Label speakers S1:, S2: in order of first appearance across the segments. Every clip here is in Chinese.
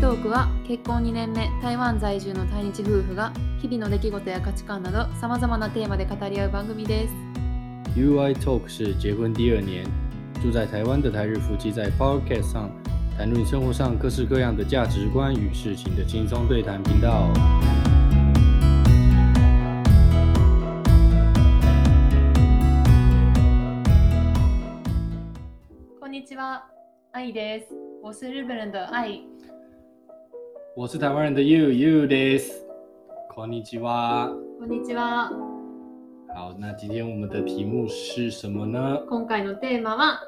S1: トークは結婚2年目台湾在住の対日夫婦が日々の出来事や価値観などさまざまなテーマで語り合う番組です
S2: UI Talk 是结婚第二年，住在台湾的台日夫妻在 Podcast 上谈论生活上各式各样的价值观与事情的轻松对谈频道。
S1: こんにちは愛です我是日本人的愛
S2: 我是台湾人的 You You です。こんにちは。
S1: こんにちは
S2: 好，那今天我们的题目是什么 呢？
S1: 今回のテーマは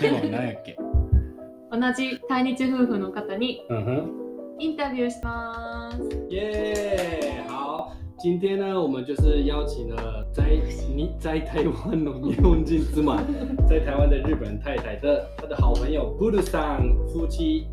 S2: でも何やっけ？
S1: 同じ対日夫婦の方に
S2: 嗯哼，
S1: インタビューします
S2: 耶、好。今天呢，我们就是邀请了在你在台湾的日本人之嘛，在台湾的日本太太的她的好朋友布鲁桑夫妻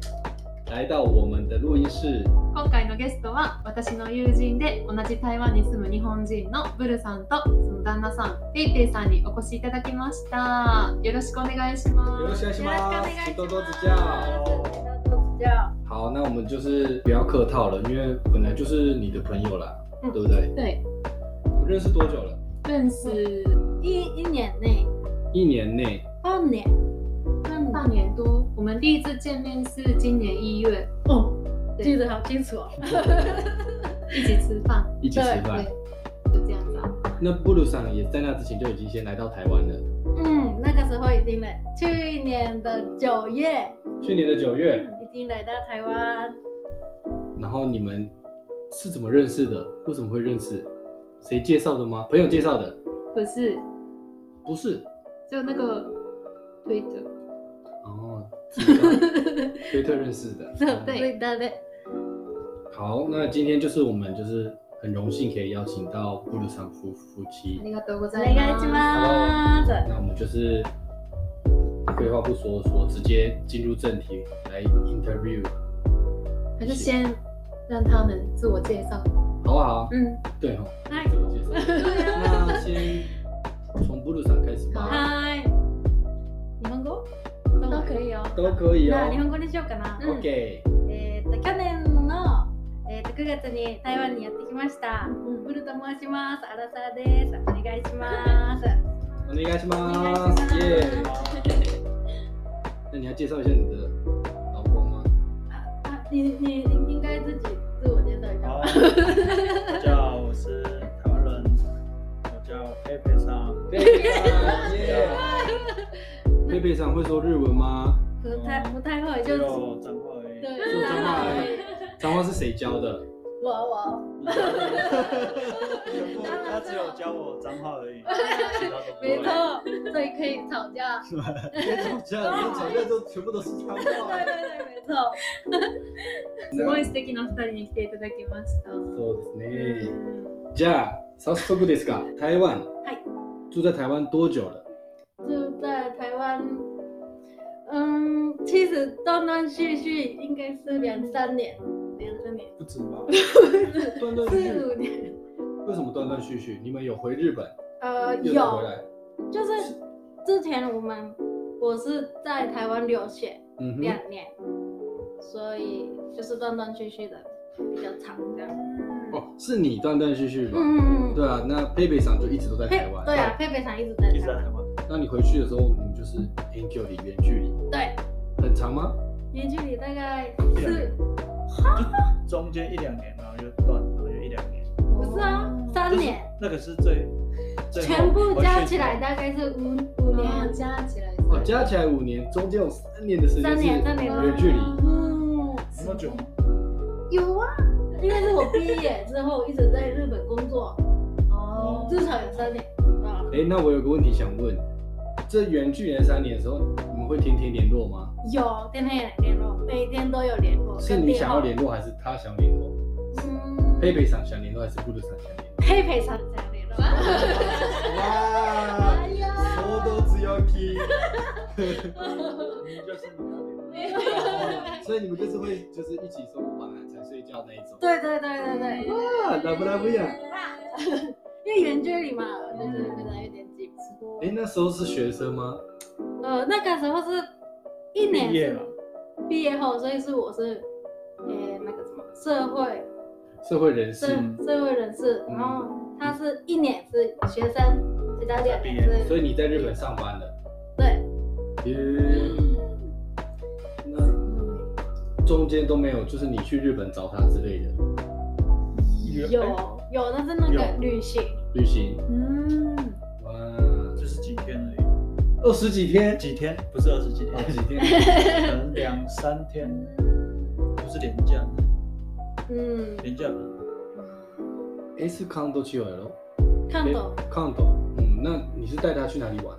S2: 来到我们的录音室。
S1: 今回のゲストは私の友人で同じ台湾に住む日本人のブルさんとその旦那さんペイペイさんにお越しいただきましたよろしくお願いします
S2: よろしくお願いします
S1: よろしくお願いします
S2: 多多指教好，那我们就是不要客套了，因为本来就是你的朋友啦，
S3: 嗯
S2: 对不对？
S1: 对
S2: 我们认识多久了？
S1: 认识
S3: 一一年内，
S2: 一年内。
S3: 半年，半
S1: 半年多，我们第一次见面是今年一月，
S3: 哦，
S1: 对
S3: 记得好清楚哦。
S1: 一起吃饭，
S2: 一起吃饭
S1: 对。，就这样子啊。
S2: 那布鲁桑也在那之前就已经先来到台湾了，
S3: 嗯，那个时候已经来，去年的九月
S2: 去年的九月。
S3: 已经来到台湾。
S2: 然后你们是怎么认识的？为什么会认识？谁介绍的吗？朋友介绍的？
S1: 可是
S2: 不是。
S1: 就那个推特，
S2: 哦，知道 推特认识的。
S1: 对
S3: 哦对的对，
S2: 好，那今天就是我们就是很荣幸可以邀请到布鲁桑夫夫妻
S1: あ。りがとうご
S3: お
S1: ざ
S3: 願
S1: い
S3: いし
S1: ます。
S3: ます。
S2: 那我们就是废话不说说，直接进入正题来 interview，
S1: 还是先让他们自我介绍。
S2: 好不好？
S1: 嗯，
S2: 对哦，
S3: 嗨
S2: 自我介绍。那先从布鲁桑开始吧。
S3: 嗨，日本語
S1: 都可以哦。
S2: 都可以
S3: じゃあ日本
S2: 哦。
S3: 語にしようかな。
S1: うん
S2: OK。
S3: えっと去年のえっと9月に台湾にやってきました。ブルと申します。アラサーです。お願いします。
S2: お願いし
S3: お
S2: ま。
S3: 願いします
S2: 耶、那你要介绍一下你的老公 吗？
S3: 啊，你你你应该自己自我介绍一下
S4: 好，
S3: 吧。
S4: 大家好，我是台湾人，我叫佩佩桑。
S2: 贝贝桑耶贝贝桑会说日文吗？
S3: 不太不太会，
S4: 只
S3: 就
S4: 有脏话而已。
S3: 对，
S2: 只有脏话而已脏话是谁教 的？
S3: 我我
S4: 他只有教我脏话而已，其他都
S3: 没
S4: 不会。
S3: 错，所以可以吵架。
S2: 吵架，然后吵架就全部都是脏
S3: 对
S2: 话。
S3: 对对，没错。
S1: すごい素敵な二人に来ていただきました。
S2: そうですね。
S1: 嗯
S2: じゃあ早速ですが、台湾。
S3: はい。
S2: 住在台湾多久了？
S3: 就在台湾，嗯，其实断断续续应该是两三年，两三年，
S2: 不止吧？断断续
S3: 四
S2: 续。
S3: 五年。
S2: 为什么断断续续？你们有回日本？
S3: 呃，
S2: 又再回
S3: 有，
S2: 来？
S3: 就是之前我们我是在台湾留学，
S2: 嗯哼。
S3: 两年，所以就是断断续续的比较长这样。
S2: 哦，是你断断续续吧？
S3: 嗯
S2: 对啊，那贝贝桑就一直都在台
S3: 佩
S2: 湾。
S3: 对啊，佩佩厂一直在
S4: 一直
S3: 台
S4: 在
S3: 湾
S4: 台，湾，
S2: 那你回去的时候，你们就是 N Q 里远距离，
S3: 对，
S2: 很长吗？
S3: 远距离大概
S4: 两
S3: 是
S4: 年，就中间一两年，然后就断，然后就一两年，
S3: 不是啊？三年，
S4: 那个是最最后
S3: 全部加起
S4: 回
S3: 来
S4: 去的
S3: 大概是五五
S1: 哦
S3: 年，
S1: 加起来
S2: 哦，加起来五年，中间有三年的时间
S3: 三
S2: 是
S3: 年三年
S2: 远距离。
S3: 嗯，
S4: 那么久吗？
S3: 有啊，因为是我毕业之后一直在日本工作，
S1: 哦
S3: 至少有三年，啊，
S2: 哎、那我有个问题想问，这远距离的三年的时候，你们会天天联络吗？
S3: 有天天也联络，每天都有联络，
S2: 是
S3: 跟
S2: 你
S3: 电
S2: 想
S3: 话
S2: 要联络，还是他想联络？
S3: 嗯，
S2: 贝贝桑想联络，还是布鲁桑想联
S3: 佩佩厂在联络。
S2: 络？哇，
S3: 哎呀
S2: 我都只有听。
S4: 你就是你
S3: 没有
S2: 所以你们就是会就是一起说晚安才睡觉那一种。
S3: 对对对对对，
S2: 啊，拉布拉布呀！
S3: 因为远距离嘛，就是觉得有点寂寞。
S2: 哎、那时候是学生吗？
S3: 呃，那个时候是一年
S4: 毕业
S3: 是
S4: 了
S3: 毕业后，所以是我是，呃、社会
S2: 社会人
S3: 社
S2: 士，
S3: 社会人士，
S2: 嗯
S3: 然后他是一年是学生，直到两年是
S2: 所以你在日本上班的。
S3: 对，
S2: 耶、那中间都没有，就是你去日本找他之类的
S3: 有有，但是那个
S4: 哎有
S3: 旅行，
S2: 旅行。
S3: 嗯，
S2: 哇，
S4: 就是几天而已，
S2: 二十几天，
S4: 几天不是二十几
S2: 二十
S4: 天，
S2: 几天，
S4: 可能两三天，不是连假，
S3: 嗯，
S4: 连假不是
S2: え、是関東地方やろ？
S3: 看懂，
S2: え関東。嗯，那你是带他去哪里玩？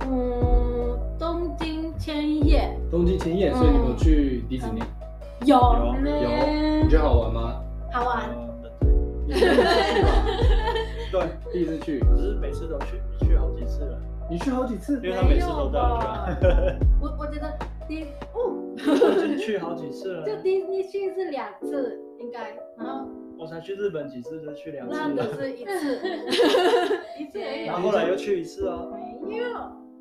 S4: 哎
S3: 嗯，东京千叶
S2: 东京千叶，所以你们去迪士尼，
S3: 有
S4: 有
S3: 呢
S2: 你觉得好玩吗？
S3: 好玩，
S2: 你第一次去吧，
S4: 对，
S2: 第一次去，
S4: 只是每次都去去好几次了，
S2: 你去好几次
S4: 因为他每次都带我去啊，
S3: 我我觉得第哦，
S4: 我已经去好几次了，
S3: 就迪士尼去是两次应该，然后
S4: 我才去日本几次就去两次
S3: 那只
S4: 了，
S3: 是一次， 一次而已哦
S4: 然后后来又去一次啊，
S3: 没有，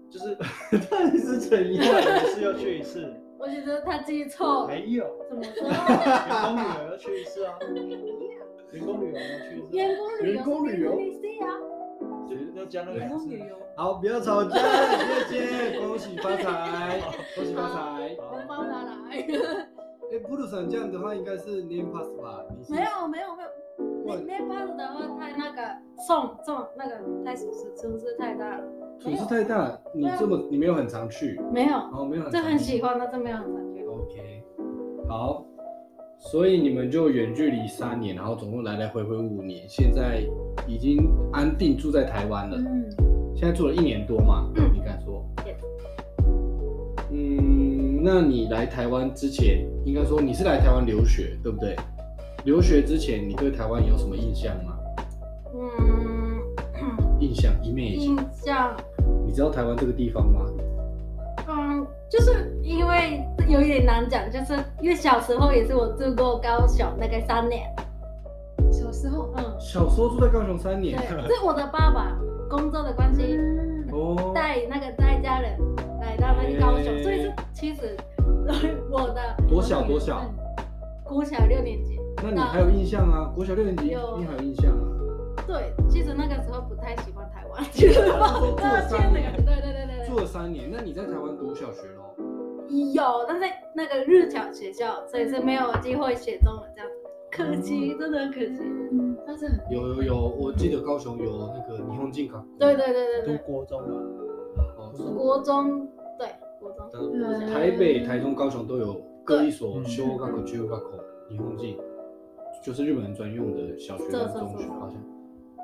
S4: 就是
S2: 到底是怎
S4: 一
S2: 样？
S4: 次每次又去一次，
S3: 我觉得他记错了，
S4: 没有，
S3: 怎么说？
S4: 员工旅游要去一 次啊，员工旅游要去一次
S3: 员工旅游，
S2: 员工旅游
S3: 啊，
S4: 啊，就是要加那个
S3: 员
S4: 两
S3: 工
S4: 次
S3: 旅游，
S2: 好，不要吵架，谢谢，恭喜发财，恭喜发财。
S3: 红包拿来。
S2: 哎，布鲁森这样的话应该是 name pass 吧？你是
S3: 没有没有没有，
S2: 哇
S3: 那那 pass 的话太那个送送那个太损失损失太大了，
S2: 组织太大，你这么你没有很常去，
S3: 没有，
S2: 哦，没有很
S3: 这
S2: 常
S3: 很
S2: 去
S3: 喜欢，但是没有很常去。
S2: OK，好，所以你们就远距离三年，然后总共来来回回五年，现在已经安定住在台湾了。
S3: 嗯，
S2: 现在住了一年多嘛，
S3: 嗯
S2: 应该说
S3: Yes。
S2: 嗯，那你来台湾之前，应该说你是来台湾留学，对不对？留学之前，你对台湾有什么印象吗？
S3: 嗯，
S2: 印象 image，、
S3: 印象，
S2: 你知道台湾这个地方吗？
S3: 嗯，就是因为有一点难讲，就是因为小时候也是我住过高雄大概三年，
S1: 小时候
S3: 嗯，
S2: 小时候住在高雄三
S3: 对
S2: 年，，
S3: 是我的爸爸工作的关系。
S2: 哦，
S3: 带那个带家人来到那个高雄，
S2: 欸
S3: 所以是其实呃我的
S2: 多小多小，
S3: 嗯国小六年级。
S2: 那你还有印象啊？国小六年级，
S3: 有
S2: 你还有印象啊？
S3: 对，其实那个时候不太喜欢台湾，其实抱大圈的感觉。对对对对
S2: 住了三年，那你在台湾读小学喽？
S3: 对，有，但是那个日侨学校，所以是没有机会写中文这样子，可惜，真的很可惜。
S1: 嗯，但是很
S2: 有有有，我记得高雄有那个霓虹进港。
S3: 对对对对
S4: 读
S3: 对，
S4: 国中啊，
S2: 哦
S3: 国中对国中，
S1: 嗯
S2: 台北、台中、高雄都有各一所
S4: 对
S2: 修学校、中学校、日本人就是日本人专用的小学
S3: そ
S2: 跟
S3: うそうそう
S2: 中学，好像。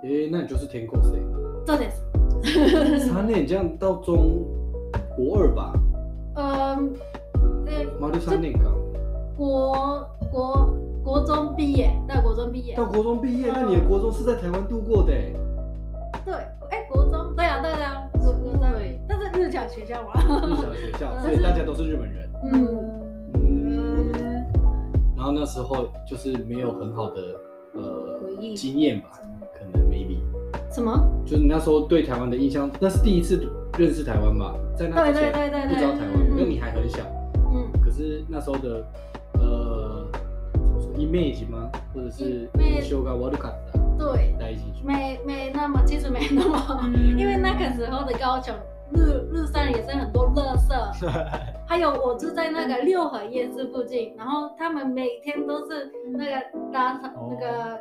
S2: 诶，那你就是天狗谁？
S3: 这点是
S2: 三年这样到中国二吧，
S3: 嗯，对
S2: 马六三年港
S3: 国国国中毕业，到国中毕业
S2: 到。国中毕业，那你的国中是在台湾度过的、欸？
S3: 对，哎，国中，对啊，对啊，国国中而已，但是日侨学校 嘛，
S2: 日小学校，所以大家都是日本人。
S3: 嗯，
S2: 嗯，然后那时候就是没有很好的呃
S1: 回忆
S2: 经验吧，可能 maybe。
S3: 什么？
S2: 就是你那时候对台湾的印象，那是第一次认识台湾吧？在那之前
S3: 对对对对对
S2: 不知道台湾，
S3: 嗯
S2: 因为你还很小。
S3: 嗯，
S2: 可是那时候的呃，怎么说 image 吗？或者是
S3: image
S2: 修改 w o r d c a
S3: 对，
S2: 在一起去。
S3: 没没那么，其实没那么，因为那个时候的高雄，日日上也是很多垃圾， 还有我住在那个六合夜市附近，然后他们每天都是那个打扫
S4: 哦
S3: 那个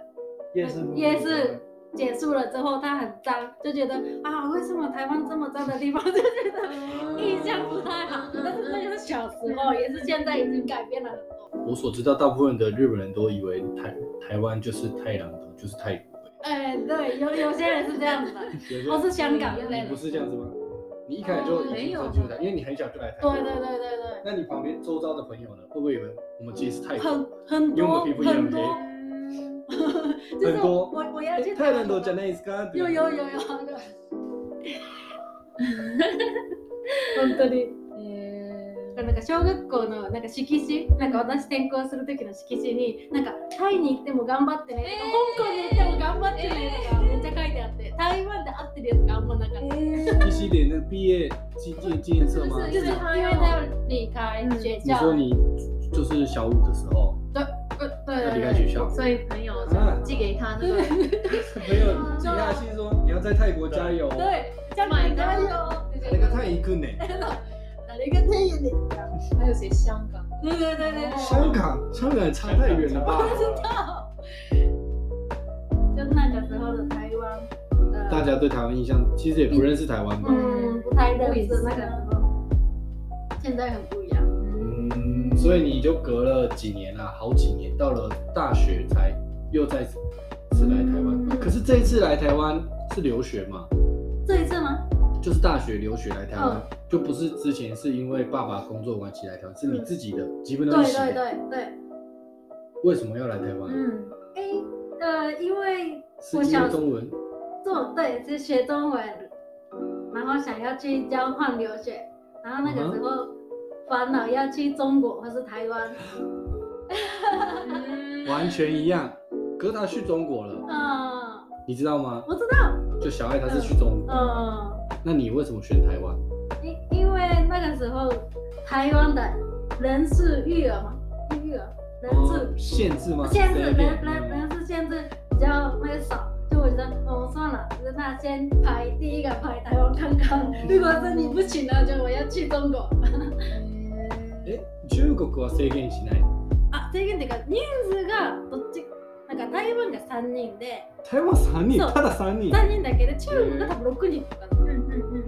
S4: 夜市
S3: 夜市。结束了之后，它很脏，就觉得啊，为什么台湾这么脏的地方， 就觉得印象不太好。但是那个是小时候，也是现在已经改变了很多。
S2: 我所知道，大部分的日本人都以为台台湾就是太郎岛，就是泰国。
S3: 哎，对，有有些人是这样子的，
S2: 有些
S3: 我哦是香港之
S2: 你
S3: 类的
S2: 不。是这样子吗？你一开始就已经走进来，因为你很小就来台
S3: 对
S2: 湾。
S3: 哦对对对
S2: 那你旁边周遭的朋友呢？会不会以为我们其实是泰
S3: 对，
S2: 国？
S3: 很很
S2: 因为我们
S3: 多
S2: 皮肤一样
S3: 很
S2: 黑
S3: 多， 就是
S2: 很多
S3: 我我我要去
S2: 哎泰兰多じゃ
S3: 讲
S2: ないですか？
S3: 有 有有有。本当になんか小学校のなんか色紙なんか私転校する時の色紙になんかタイに行っても頑張ってね、香港に行っても頑張ってねとかめっちゃ書いてあって台湾で合ってるやつがあんまなかった。
S2: 一系列的毕业纪念纪念册吗？
S1: 是
S3: 就是是因为他要离开学
S2: 你
S3: 校，
S2: 说你就是小五的时候，
S3: 对对
S2: 要
S3: 对
S2: 离开
S3: 对
S2: 学校。
S1: 所以朋友
S2: 啊
S1: 就寄给他那个
S2: 朋友寄他信说你要在泰国加油。
S3: 对，哦じゃあ行かよ。
S2: 那个泰国呢？
S3: 誰が太陽で。
S1: 还有谁香港的？
S3: 对对对对对。
S2: 香港，香港差太远了吧？
S3: 就那个时候的台湾，呃
S2: 大家对台湾印象其实也不认识台湾嘛。
S3: 嗯不太认识那个时候，现在很不一样。
S2: 嗯，所以你就隔了几年啊，好几年，到了大学才又再次来台湾。
S3: 嗯
S2: 可是这一次来台湾是留学嘛？
S3: 这一次吗？
S2: 就是大学留学来台湾，
S3: 嗯
S2: 就不是之前是因为爸爸工作关系来台湾，是你自己的，基本
S3: 对
S2: 都是
S3: 对对对，
S2: 为什么要来台湾？
S3: 嗯，哎，呃，因为
S2: 是
S3: 我
S2: 因
S3: 小
S2: 为中文
S3: 做对是学中文，然后想要去交换留学，然后那个时候烦恼要去中国或是台湾，
S2: 完全一样。可是他去中国了，
S3: 嗯，
S2: 你知道吗？
S3: 我知道，
S2: 就小爱他是去中国，
S3: 嗯。
S2: 那你为什么选台湾？
S3: 因因为那个时候台湾的人事育儿嘛，育儿人
S2: 哦
S3: 事、
S2: 限制吗？
S3: 限
S2: 这
S3: 制人
S2: 一点
S3: 人
S2: 嗯
S3: 人事限制比较那个少，就我觉得嗯算了，那先排第一个排台湾看看，如果是你不行了，就我要去中国。
S2: え中国は制限しない
S3: あ、制限っていうか人数がどっちなんか台湾が3人で
S2: 台湾3人
S3: そう
S2: ただ3人
S3: 3人だけで中国が多分6人とか。うんうんう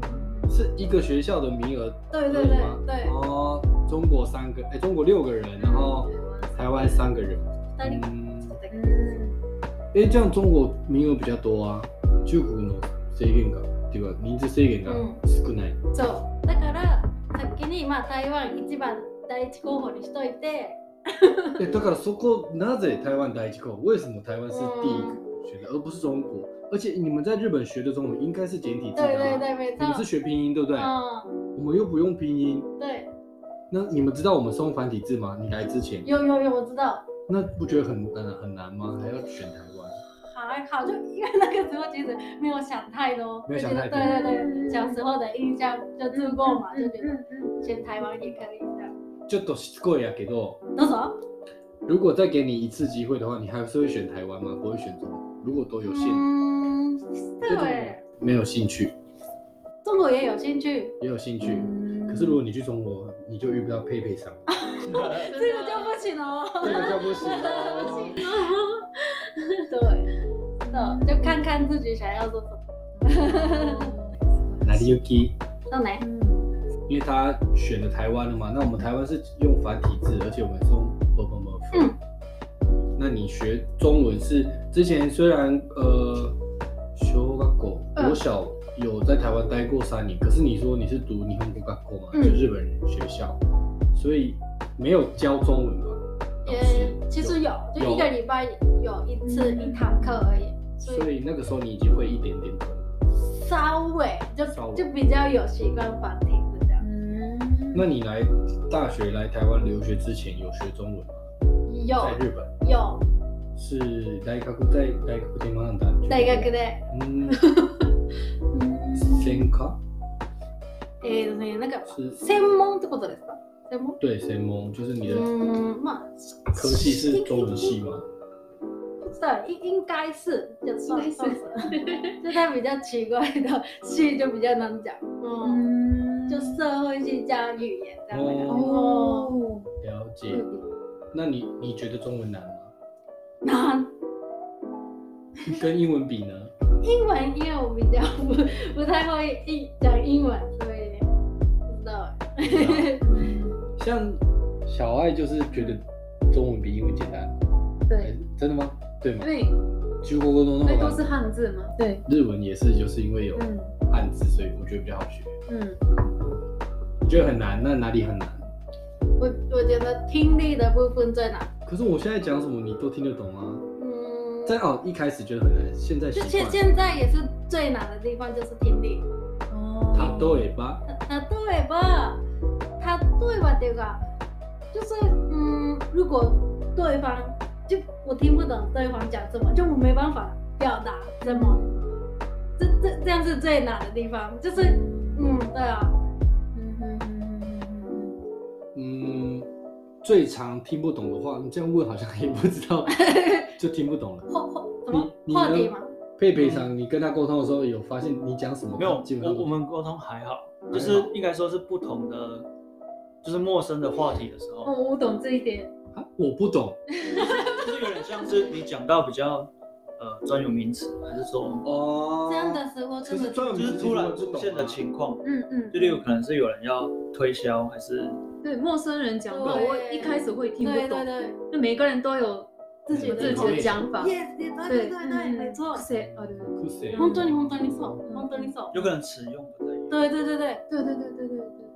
S3: ん。
S2: 是一个学校的名额
S3: 对对对对，
S2: 哦中国三个哎中国六个人然后
S3: 嗯
S2: 台湾三个人
S3: 2人
S2: 嗯
S3: だけ。
S2: 哎这样中国名额比较多啊中国の啊制限がっていうか人数制限が啊
S3: 嗯
S2: 少 ない
S3: そうだから先にまあ台湾一番第一候補にしといて
S2: えだからそこなぜ台湾第一个为什么台湾是第一个选择而不是中国而且你们在日本学的中文应该是简体字
S3: 对对
S2: 的啊
S3: 对没
S2: 你们是
S3: 错
S2: 学拼音对不对
S3: 嗯
S2: 我们又不用拼音
S3: 对
S2: 那你们知道我们是用繁体字吗？你来之前，
S3: 有有有我知道
S2: 那不觉得很难很难吗？还要选台湾？
S3: 还好就因为那个时候其实没有想太多
S2: 没有想太多
S3: 就觉得对对对小时候的印象就住过嘛就觉得
S1: 嗯
S3: 选台湾也可以这样
S2: ちょっとしつこいやけど，
S3: どうぞ
S2: 如果再给你一次机会的话，你还是会选台湾吗？不会选中国？如果都有限，
S3: 嗯对
S2: 没有兴趣，
S3: 中国也有兴趣
S2: 也有兴趣。
S1: 嗯
S2: 可是如果你去中国，你就遇不到佩佩 桑，
S3: 这个就不行哦
S2: 这个就不行哦。
S3: 对そう就看看自己想要做什么
S2: 哪里有基？
S3: そうね
S2: 因为他选了台湾了嘛，那我们台湾是用繁体字，而且我们是用 b b m f。
S3: 嗯
S2: 那你学中文是之前虽然呃，修学狗
S3: 嗯
S2: 国小有在台湾待过三年，可是你说你是读日本国学校嘛，
S3: 嗯
S2: 就日本人学校，所以没有教中文吧？老师
S3: 也其实
S2: 有，
S3: 有，就一个礼拜有一次一堂课而已，所
S2: 所
S3: 以
S2: 以那个时候你已经会一点点中文。
S3: 稍微就
S2: 稍微
S3: 就比较有习惯繁体字这样。
S2: 那你来大学来台湾留学之前有学中文吗？
S3: 有
S2: 在日本。
S3: 有
S2: 是大学在大学で学んだ。
S3: 大学で、
S2: 嗯，
S3: 嗯
S2: 専 科
S3: えーとねなんか
S2: 是，
S3: 専門ってことですか？専門？
S2: 对，専門就是你的
S3: 嗯，まあ
S2: 科系是中文系吗？
S3: 不知道，应应该是，就算算是，就它比较奇怪的系就比较难讲，嗯，就社会系加语言这样的感
S1: 哦
S3: 觉。哦，
S2: 了解。那你你觉得中文难吗？
S3: 难。
S2: 跟英文比呢？
S3: 英文，因为我比较不不太会一讲英文，所以不知道。
S2: 像小爱就是觉得中文比英文简单。哎
S1: 对，
S2: 真的吗？对吗？
S1: 对，
S2: 中国文
S1: 所以
S2: 那
S1: 都
S2: 么
S1: 是
S2: 难，
S1: 汉字嘛。对，
S2: 日文也是，就是因为有
S1: 嗯
S2: 汉字，所以我觉得比较好学。
S1: 嗯，
S2: 你觉得很难？那哪里很难？
S3: 我我觉得听力的部分最难。
S2: 可是我现在讲什么你都听得懂啊。
S3: 嗯，
S2: 在哦，一开始觉得很难，现在习
S3: 就现
S2: 惯。
S3: 现在也是最难的地方就是听力。
S1: 哦
S2: 他都尾巴。
S3: 例えば、例えばっていうか、就是嗯，如果对方就我听不懂对方讲什么，就我没办法表达什么，这这这样是最难的地方，就是嗯，对啊。
S1: 嗯嗯嗯嗯
S2: 嗯，最常听不懂的话，你这样问好像也不知道，就听不懂了。
S3: 或或怎
S2: 你
S3: 么
S2: 你
S3: 话
S2: 呢
S3: 题嘛，
S2: 佩佩さん，你跟他沟通的时候有发现你讲什么？
S4: 没有
S2: 基，本上
S4: 我我
S2: 都
S4: 们沟通还好，
S2: 好
S4: 就是应该说是不同的，就是陌生的话题的时候，
S3: 我我懂这一点。
S2: 啊我不懂
S4: 就是有点像是你讲到比较呃专有名词，还是说
S2: 哦。
S3: 这样的时候
S2: 可
S3: 真
S2: 是
S3: 的，
S2: 专有
S4: 就
S2: 名
S4: 是
S2: 词
S4: 突然
S2: 其实我也
S4: 出
S2: 不懂啊
S4: 现的情况，
S3: 嗯嗯
S4: 就，例如可能是有人要推销，还是
S1: 对陌生人讲话，
S3: 对
S1: 我一开始会听不
S3: 对对
S1: 懂，
S3: 对，
S1: 就每个人都有
S3: 自己
S1: 自
S3: 的
S1: 己的讲法。嗯
S3: Yes，对对对对，没错。
S1: 癖ある。
S2: 酷谁？
S3: 本当に本当にそう，本当にそう。
S4: 有可能使用不太一样。
S3: 对对对对，
S1: 对对对对对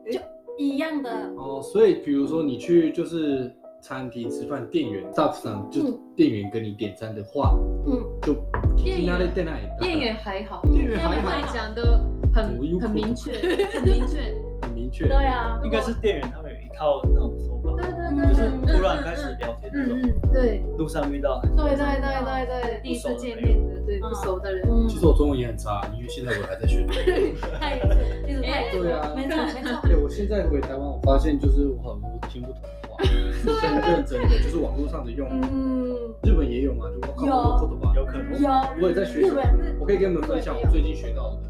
S1: 对。
S3: 就一样的。
S2: 哦，所以比如说你去就是餐厅吃饭，店员 staff さん就
S3: 嗯
S2: 店员给你点餐的话，
S3: 嗯，
S2: 就
S1: 店员
S2: 聞き慣れてないだから
S1: 店员还好，
S2: 店员
S1: 他
S2: 还
S1: 们
S2: 好
S1: 会讲的很
S2: どういうこと
S1: 很明 确，很明确。
S2: 很明确
S3: 对。啊，
S4: 应该是店员他们有一套那种说法，
S1: 对对对
S4: 就是
S1: 对对。
S4: 突然开始聊天那
S1: 嗯
S4: 种，
S1: 嗯，对，
S4: 路上遇到
S3: 对对对对
S1: 第一次见面的，对
S3: 嗯
S1: 不熟的人
S3: 对。。嗯
S2: 其实我中文也很差，因为现在我还在学。
S3: 太一直太
S2: 对啊
S3: 没错没错。
S2: 对，我现在回台湾，我发现就是我很多听不懂的话，是真认真的，就是网络上的用。
S3: 嗯，
S2: 日本也有吗？就我靠，我靠，吧。
S4: 有可能
S3: 有。
S2: 我也在学习
S3: 日本是
S2: 我可以跟你们分享我最近学到的。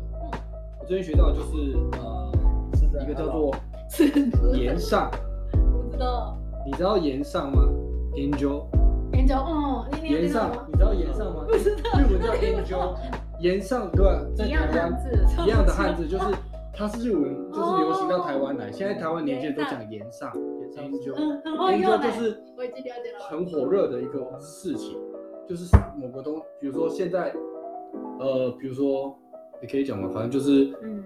S2: 我最近学到的就是呃，
S4: 是这样
S2: 一个叫做
S3: 是
S2: 岩上，
S3: 不知道。
S2: 你知道岩上吗？Angel，
S3: 研究，嗯，你你
S2: 岩
S3: 知道
S2: 上
S3: 吗，？
S2: 你知道岩上吗？日文叫 Angel，岩上对吧？在
S3: 嗯
S1: 一样
S2: 台
S1: 的
S2: 湾
S1: 字，
S2: 一样的汉字就是。它是日文，就是流行到台湾来。现在台湾年轻人都讲岩上
S4: 岩上
S2: ，Angel，Angel
S3: 嗯，很会用
S2: 就
S3: 的。
S2: 是
S3: 我已经了解了。
S2: 很火热的一个事情，就是某个东，比如说现在，呃，比如说你可以讲嘛，反正就是，
S1: 嗯，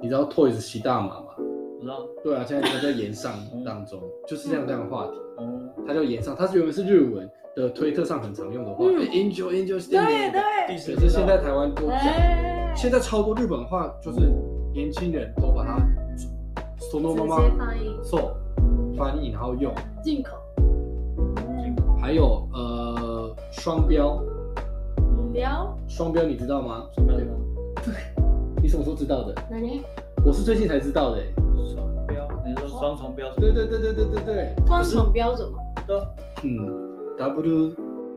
S2: 你知道 Toys 吸大麻嘛？
S4: 我知道，
S2: 对啊，现在他在延上
S4: 嗯
S2: 当中，就是这样这样的话题，
S4: 哦，
S2: 它叫延上，它是原本是日文的推特上很常用的话
S3: 嗯
S2: ，angel angel 是
S3: 对对。
S4: 第四
S2: 可是现在台湾都讲，
S3: 哎
S2: 现在超多日本话就是年轻人都把它そのま
S1: 直接
S2: ま
S1: 翻译。
S2: そう翻译然后用，
S3: 进口，
S2: 还有呃双标，
S3: 聊，
S2: 双标你知道吗？
S4: 双标
S2: 对你什么时候知道的？
S3: 那你
S2: 我是最近才知道的、欸。
S4: 双标，你是说双重标准？
S2: 对对对对对对对，
S3: 双重标准嘛？
S4: 对，
S2: 嗯，W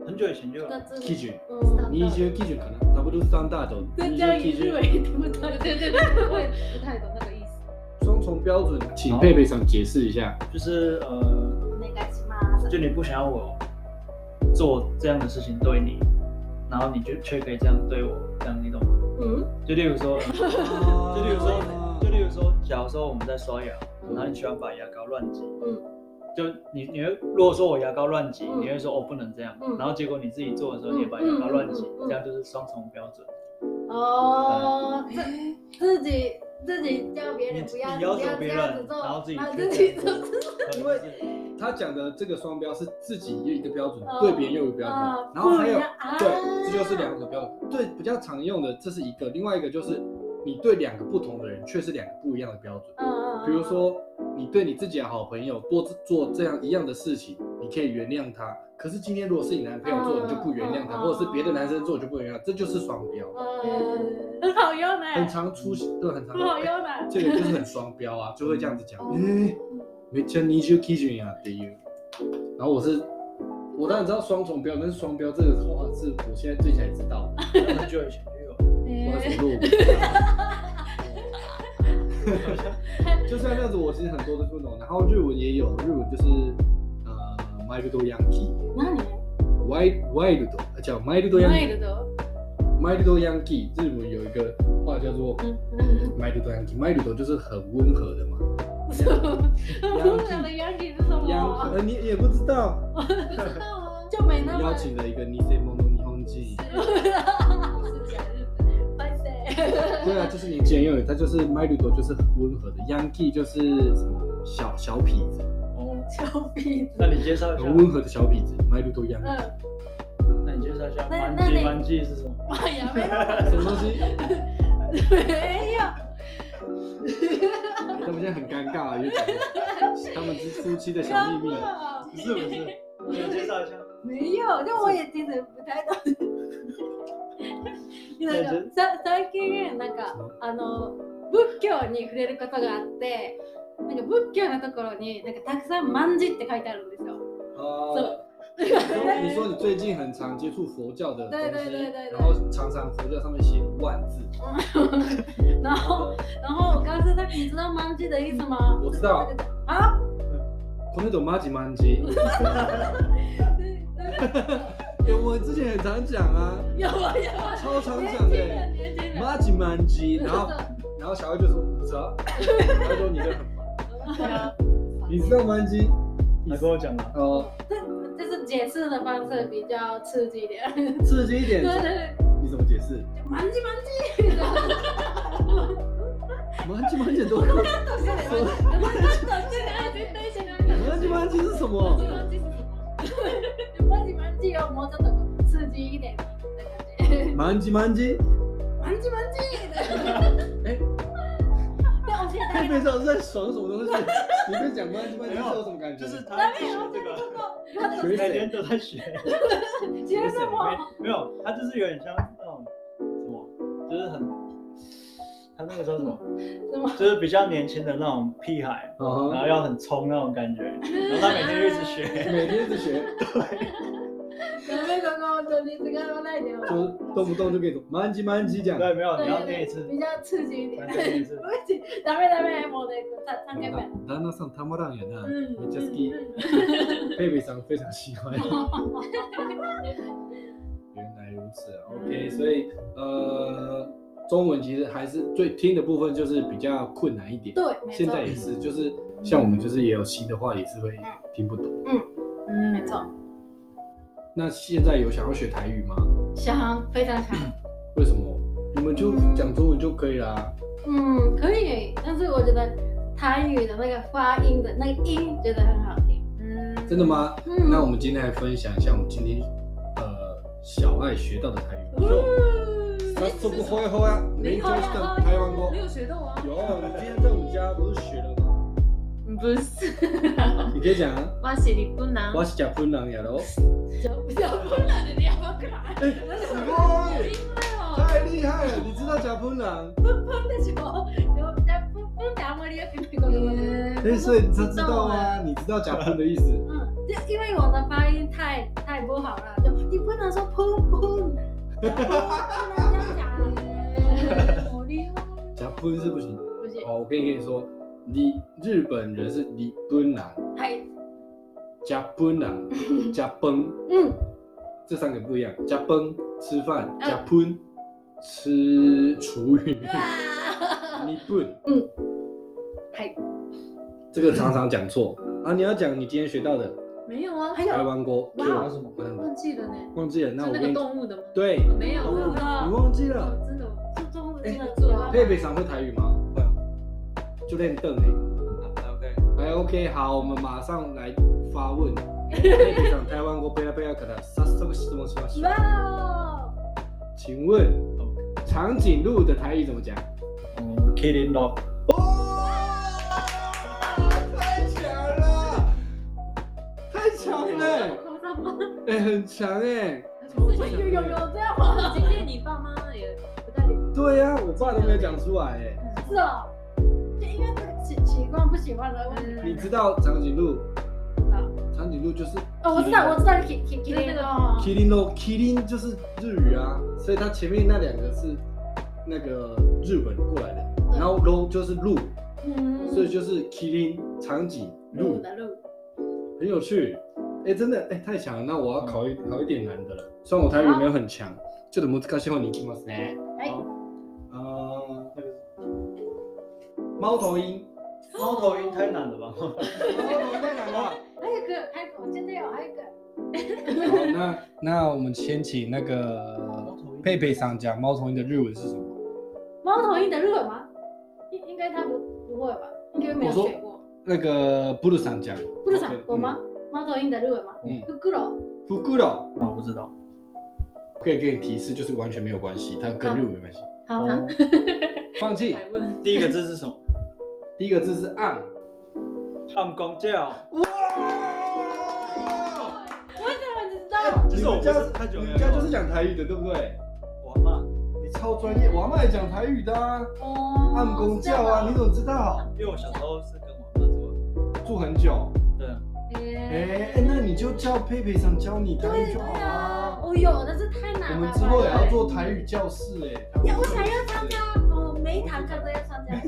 S4: 很久以前就有了。
S3: 各自
S2: 基準。
S3: 嗯，
S2: 二重基準かな W スタンダード
S3: 这
S2: 二
S3: 叫
S2: 重
S3: 一
S2: 基
S3: 日
S2: 準
S3: 文也听不懂。
S1: 对对对，我也不太懂那个意思。
S2: 双重标准，请佩佩想解释一下。
S4: 就是呃，
S3: お願いします。
S4: 就你不想要我做这样的事情对你，然后你就却可以这样对我，这样你懂吗？
S3: 嗯，
S4: 就例如说，
S2: 就哦
S4: 就例如说，就例如说，假如说我们在刷牙，然后你喜欢把牙膏乱挤，
S3: 嗯，
S4: 就你你会如果说我牙膏乱挤，
S3: 嗯
S4: 你会说哦不能这样
S3: 嗯，
S4: 然后结果你自己做的时候你也把牙膏乱挤
S3: 嗯嗯嗯嗯，嗯
S4: 这样就是双重标准。
S3: 哦，自自己自己叫别人不要
S4: 你
S3: 不要
S4: 要求
S3: 这
S4: 别
S3: 样子
S4: 人，
S3: 做，
S4: 然后自己
S3: 啊
S4: 却
S3: 自己
S4: 这
S3: 做
S4: 样
S3: 自己。
S4: 可能
S2: 因为
S4: 是
S2: 他讲的这个双标是自己有一个标准
S3: 哦，
S2: 对别人又有一个标
S3: 哦
S2: 准，然后还有
S3: 不一样啊
S2: 对，这就是两个标准。对，比较常用的这是一个，另外一个就是你对两个不同的人却是两个不一样的标准。
S3: 嗯嗯嗯
S2: 比如，说，你对你自己的好朋友多做这样一样的事情，你可以原谅他。可是今天如果是你男朋友做，
S3: 嗯
S2: 你就不原谅他，
S3: 嗯
S2: 或者是别的男生做，你就不原谅他，这就是双标，
S3: 嗯，很好用呢，
S2: 很常出现，对，很常
S3: 很好用啊呢。
S2: 这个就是很双标啊，就会这样子讲
S3: 哦，
S2: 诶、めっちゃ二重基準やっていう。啊然后我是，我当然知道双重标，但是双标这个话是我现在最近才知道的，
S4: 很久以前就有了。
S2: 我在
S1: 欸
S2: 什么录？ 就像那样子，我其实很多都不懂。然后日文也有，日文就是呃，mild Yankee。
S3: 那你
S2: wild wild 啊叫 mild
S3: 卖
S2: yankee
S3: 的都，
S2: mild yankee 日文有一个话叫做
S3: 嗯嗯，
S2: mild yankee mild 就是很温和的嘛
S3: 我不晓得原理是什
S2: ，yankee
S3: 么，
S2: 呃你也不知道，
S1: 知道吗？
S3: 就没那
S2: 邀
S3: 么。
S2: 请了一个ニセモノ日本人，
S1: 是假日本人。
S3: 拜拜。
S2: 对啊，就是年轻人用的，他就是 mild 就是很温和的，yankee 就是什么小小痞子，
S4: 哦，
S3: 小鼻子。
S4: 那你介绍一下
S2: 很，温和的小痞子，mild yankee
S3: 嗯，
S4: 那你介绍一下
S3: 那
S4: 蛮
S3: 那你
S4: 记蛮记是什么？
S3: 哎呀，没
S2: 什么东西？
S3: 有，没有。
S2: 他们现在很尴尬啊，又讲他们是夫妻的 小秘密，不是不是，
S4: 你介绍一下，
S3: 没有，但我也真的不太懂。なんかさ最近なんかあの仏教に触れることがあってなんか仏教のところになんかたくさん「万字」って書いてあるんですよ。
S2: 哦、
S3: そう
S2: 你说你最近很常接触佛教的东西，
S3: 对对对对对
S2: 然后常常佛教上面写万字，
S3: 然后，然后我告诉他，你知道“满记”的意思吗？
S2: 我知道。
S3: 啊？
S2: この人マジマン ジ。
S3: 对
S2: 哎我之前很常讲啊，
S3: 有啊有啊。
S2: 超常
S3: 年
S2: 讲
S3: 轻
S2: 的、
S3: 人，年轻人。
S2: マジマンジ。然 后
S3: 真的
S2: 然后小慧就说不知道， 他说你这很烦，
S3: 啊
S2: 你知道マンジ？
S4: 你跟我讲吧。
S2: 哦，
S3: 这就是解释的方式比较刺激一点。
S2: 刺激一
S3: 对
S2: 点，
S3: 对对，
S2: 你怎么解释？
S3: 就满记满记。
S2: マジマンジどういうこと？
S3: 我看到现在，我看到现在，绝对现在。
S2: マジマンジ是什
S3: 满
S2: 么
S3: 记？满记是什么？满记满记要摸着怎么刺激一点的感觉。
S2: マンジマンジ？
S3: 满记满记的。
S2: 哎，
S3: 但我现在
S2: 佩佩知道在爽什么东西？你在讲マジマンジ是有什么感觉？
S4: 就是他学这个，每天都在学。
S3: 觉得我。
S4: 没没有，他就是有点像那种什么，就是很，他那个时候什么，
S3: 什么
S4: 就是比较年轻的那种屁孩，
S2: 啊
S4: 然
S2: 哈
S4: 后要很冲那种感觉，然后他每天就一 直学。
S2: 每天一直学，
S3: ダメだな、本当に違わないでよ。
S2: 就动不动就跟你说マンジマンジ讲。
S4: 对，没有，
S3: 对
S4: 你要念一
S3: 对
S4: 次
S3: 对，，比较刺激一
S4: 再
S3: 点。
S4: 念 一次。
S3: ダメダメ、もうね、さ三回目。
S2: 旦那さんたまらんやな。
S3: 嗯
S2: めっちゃ好き。贝贝桑非常喜 欢。原来如此啊，OK，所以呃，中文其实还是最听的部分就是比较困难一点。
S3: 对，没
S2: 现
S3: 错
S2: 在。也是，就是像我们就是也有新的话也是会听不懂。
S3: 嗯，没错。
S2: 那现在有想要学台语吗？
S3: 想非常想。
S2: 为什么？你们就讲中文就可以啦。
S3: 嗯，可以，但是我觉得台语的那个发音的那个音，觉得很好听。嗯，
S2: 真的？吗？
S3: 嗯。
S2: 那我们今天来分享一下我们今天呃小爱学到的台语。早速不会会啊，嗯没教是台湾語。
S1: 有学到啊
S2: 有，你今天在我们家不是学了吗？
S1: 不是，
S2: 你可以讲啊。
S1: 我是日本人。
S2: 我是食槟榔呀喽，
S3: 比较困难的，你要不要过来？
S2: 哎すごい太厉害了！你知道食槟榔？
S3: 私も、でも、じゃあ、ポンポンってあんまりよく聞くことない。
S2: 哎，所以你知道啊吗？你知道食槟的意思？
S3: 嗯，就因为我的发音太太不好了，就你不能说砰砰，不能这样讲，我溜
S2: 食槟是不行的。
S3: 不行，
S2: 哦，我可以跟你说，你日本人是日本人，
S3: 还
S2: 食槟 榔、食崩
S3: 嗯，
S2: 啊这三个不一样。食崩吃饭，
S1: 嗯
S2: 食喷吃厨余，
S3: 哇，
S1: 嗯
S2: 你笨。
S3: 还
S2: 这个常常讲错啊！你要讲你今天学到的
S1: 没有啊，
S3: 还
S2: 台
S3: 有
S2: 湾锅，
S3: 哇
S4: 要什么？
S2: 嗯，
S1: 忘记了呢。
S2: 忘记了，那
S1: 是
S2: 我
S1: 那
S2: 跟
S1: 个
S2: 你
S1: 动物的吗？
S2: 对，
S1: 没有
S3: 动物的
S2: 你忘记了。
S1: 真的
S3: 是中文
S2: 哎
S3: 的吗
S2: 佩佩常会台语吗？会啊，就练凳哎。
S4: OK，
S2: 哎，OK，好，我们马上来 发问。哎佩佩常台湾国贝拉贝拉可达萨斯个西东西吗？
S3: 哇，
S2: 请问长颈鹿的台语怎么讲？
S4: 嗯，Kitty Dog，
S2: 太强了，太强了，
S3: 夸张吗？
S2: 哎，很强哎。
S3: 有有有这样吗？
S1: 今天你爸妈也不带你。
S2: 对呀、我爸都没有讲出来哎。
S3: 是哦，就因为这个习习惯不喜欢的问题，
S2: 你知道长颈鹿？
S3: 知道？
S2: 长颈鹿就是
S3: 哦，我知道，我知道，提提提那个，
S2: 麒麟哦，麒麟就是日语啊，所以它前面那两个是那个日本过来的，然后 lo 就是鹿，
S3: 嗯，
S2: 所以就是麒麟、长颈
S3: 路
S2: 鹿，
S3: 的路，
S2: 很有趣。哎，真的，哎，太强了！那我要考一
S3: 嗯
S2: 考一点难的了。虽然我台语没有很强，ちょっと難しい方に行きますね。
S3: 哎，
S2: 呃，猫头鹰，
S4: 猫头鹰太难了吧？
S2: 猫头鹰太难了。
S3: 还有一个，还有一个，我现在有还有哦一
S2: 好，
S3: 个。
S2: 那那我们先请那个佩佩上讲猫头鹰的日文是什么？
S3: 猫头鹰的日文吗？应应该他不不会吧？应该没有学过。
S2: 那个布鲁桑讲，
S3: 不是讲我吗？猫头鹰的日文吗？
S2: 嗯
S3: 咕咕噜。
S2: 福古老
S4: 哦我不知道。
S2: 可以给你提示，就是完全没有关系，它跟日文没关系。
S3: 好，
S1: 啊
S2: 放弃。
S1: 还问
S4: 哦第一个字是什么？
S2: 第一个字是 on。
S4: 暗光叫。
S2: 哇！
S3: 我怎么知道？
S4: 这是我不是太久
S2: 你
S4: 没
S2: 们
S4: 有
S2: 家就是讲台语的，对不对？
S4: 我妈，
S2: 你超专业，我阿妈也讲台语的啊，
S3: 哦
S2: 按公教啊，你怎么知道？
S4: 因为我小时候是跟我
S2: 住很久，
S4: 对啊，
S2: 哎、那你就叫佩佩想教你台语
S3: 对
S2: 就好
S3: 啊，
S2: 啦。
S3: 哦哟，那是太难
S2: 我
S3: 了。
S2: 们之后也要做台语教室哎、
S3: いや我想要参加，哦，每一堂课都要参加。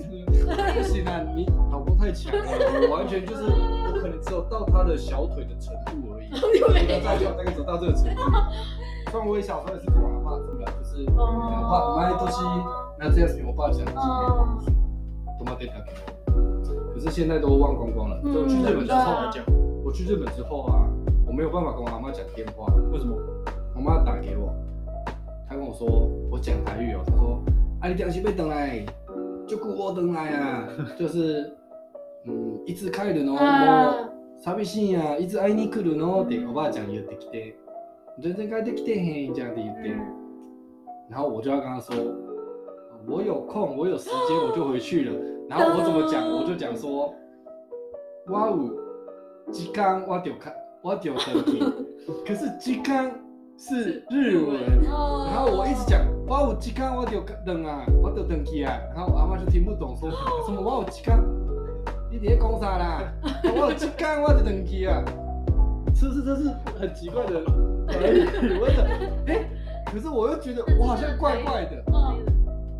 S2: 不行啊，你老公太强了，啊我完全就是我可能只有到他的小腿的程度而已，没有到脚大概走到这个程度。 虽然我也小时候也是跟我阿妈住了，就是我爸毎年夏休みおばあちゃん家
S3: 哦
S2: 泊まってたけど，可是现在都忘光光了。我去日本之后，
S4: 啊
S2: 我去日本之后啊，我没有办法跟我阿妈讲电话，
S4: 为什么？
S2: 我妈打给我，她跟我说我讲台语哦，她说啊你良心被等来，就顾我等来啊，就是嗯いつ帰るのもう
S3: あ
S2: 寂しいやいつ会いに来るのっておばあちゃん言ってきて全然帰ってきてへんじゃんって言って、
S1: 嗯
S2: 然后我就要跟她说我有空我有时间我就回去了，然后我怎么讲我就讲说哇哦時間我就か我就等你，可是時間是日文。然后我一直讲，哇，我鸡肝，我就等啊，我就等去啊。然后我阿妈就听不懂，说什么哇，我鸡肝，你在讲啥啦？我有鸡肝，我就等去啊。是不是这是很奇怪的台语？我想，哎，可是我又觉得我好像怪怪的，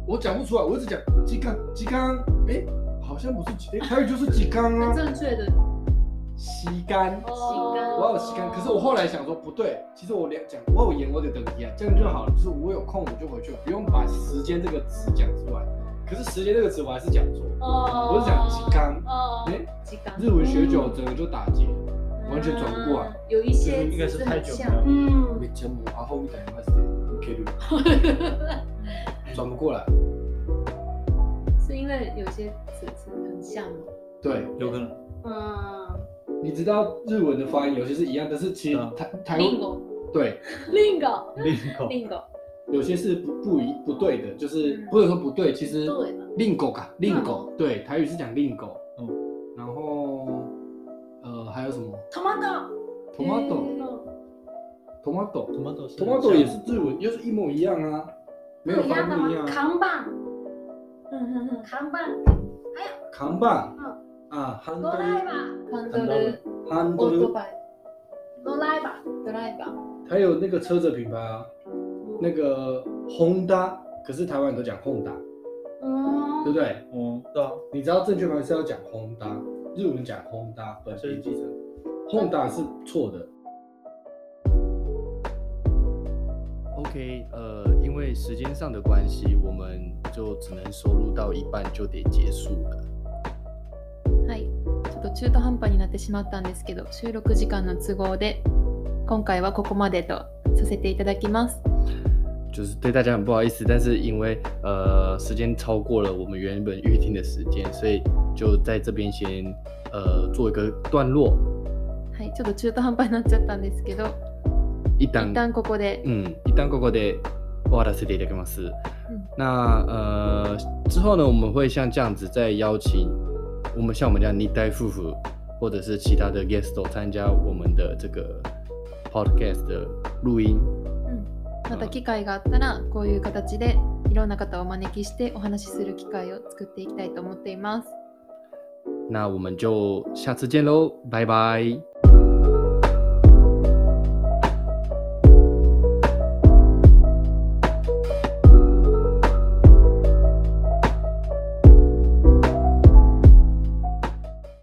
S2: 我讲不出来，我一直讲鸡肝鸡肝，哎，好像不是鸡，哎，台语就是鸡肝啊，
S1: 正确的
S2: 鸡肝。我有时间，可是我后来想说不对，其实我两讲我有言我得等一啊，这样就好了，就是我有空我就回去，不用把时间这个词讲出来。可是时间这个词我还是讲错，
S3: 哦
S2: 我是讲鸡肝，
S3: 哦
S2: 哎、
S1: 時間
S2: 日文学久了整个就打结，完全转不过来。
S1: 嗯有一些
S4: 应该是
S1: 字
S4: 太
S1: 很
S4: 久
S1: 像
S4: 没有
S3: 嗯
S2: 没节目啊，后面等一下是 OK 的，转不过来。
S1: 是因为有些词词很像吗？
S2: 对，
S4: 有 可能。
S3: 嗯，
S2: 你知道日文的发音有些是一样，但是其实
S4: 嗯
S2: 台台湾
S1: lingo
S2: 对
S3: リンゴ。
S4: 另一 个
S1: lingo
S2: 有些是不不一不对的，就是
S1: 嗯
S2: 不能说不对，其实
S3: 对的
S2: 令狗嘎令狗，啊对，台语是讲令狗，
S4: 嗯
S2: 然后呃还有什么
S3: トマト。
S2: tomato
S1: 嗯
S2: tomato
S4: 什么都是
S2: tomato 也是日文，又是一模一样啊，没有发音不一样。啊
S3: 看板。
S1: うんうん
S3: 看板。
S2: 扛棒啊，ハンド
S3: ドライ
S2: ル
S3: バー。
S1: ハンドル、
S2: ハン
S1: オ
S2: ド
S1: ート
S2: ル，
S1: バイ、
S3: ドライバー。
S1: ドライバー、
S2: 还有那个车子品牌啊，那个 Honda，可是台湾人都讲 Honda，
S3: 嗯
S2: 对不对？
S4: 哦，对啊，
S2: 你知道正确发音是要讲 Honda，日文讲 Honda，本
S4: 所以
S2: 地记者 Honda 是错的。
S5: OK，呃，因为时间上的关系，我们就只能收录到一半就得结束了。
S6: はい、ちょっと中途半端になってしまったんですけど、収録時間の都合で今回はここまでとさせていただきます。
S5: 就是对大家很不好意思，但是因为呃时间超过了我们原本预定的时间，所以就在这边先呃做一个段落，
S6: はい、ちょっと中途半端になっちゃったんですけど、
S5: 一
S6: 一
S5: 旦
S6: 旦ここで、
S5: 嗯，一旦ここで終わらせていただきます。
S6: 嗯
S5: 那呃之后呢，我们会像这样子再邀请我们像我们这样尼代夫妇或者是其他的 guest 都参加我们的这个 podcast 的录音。
S6: また機会があったらこういう形でいろんな方をお招きしてお話しする機会を作っていきたいと思っています。
S5: 那我们就下次见喽，拜拜。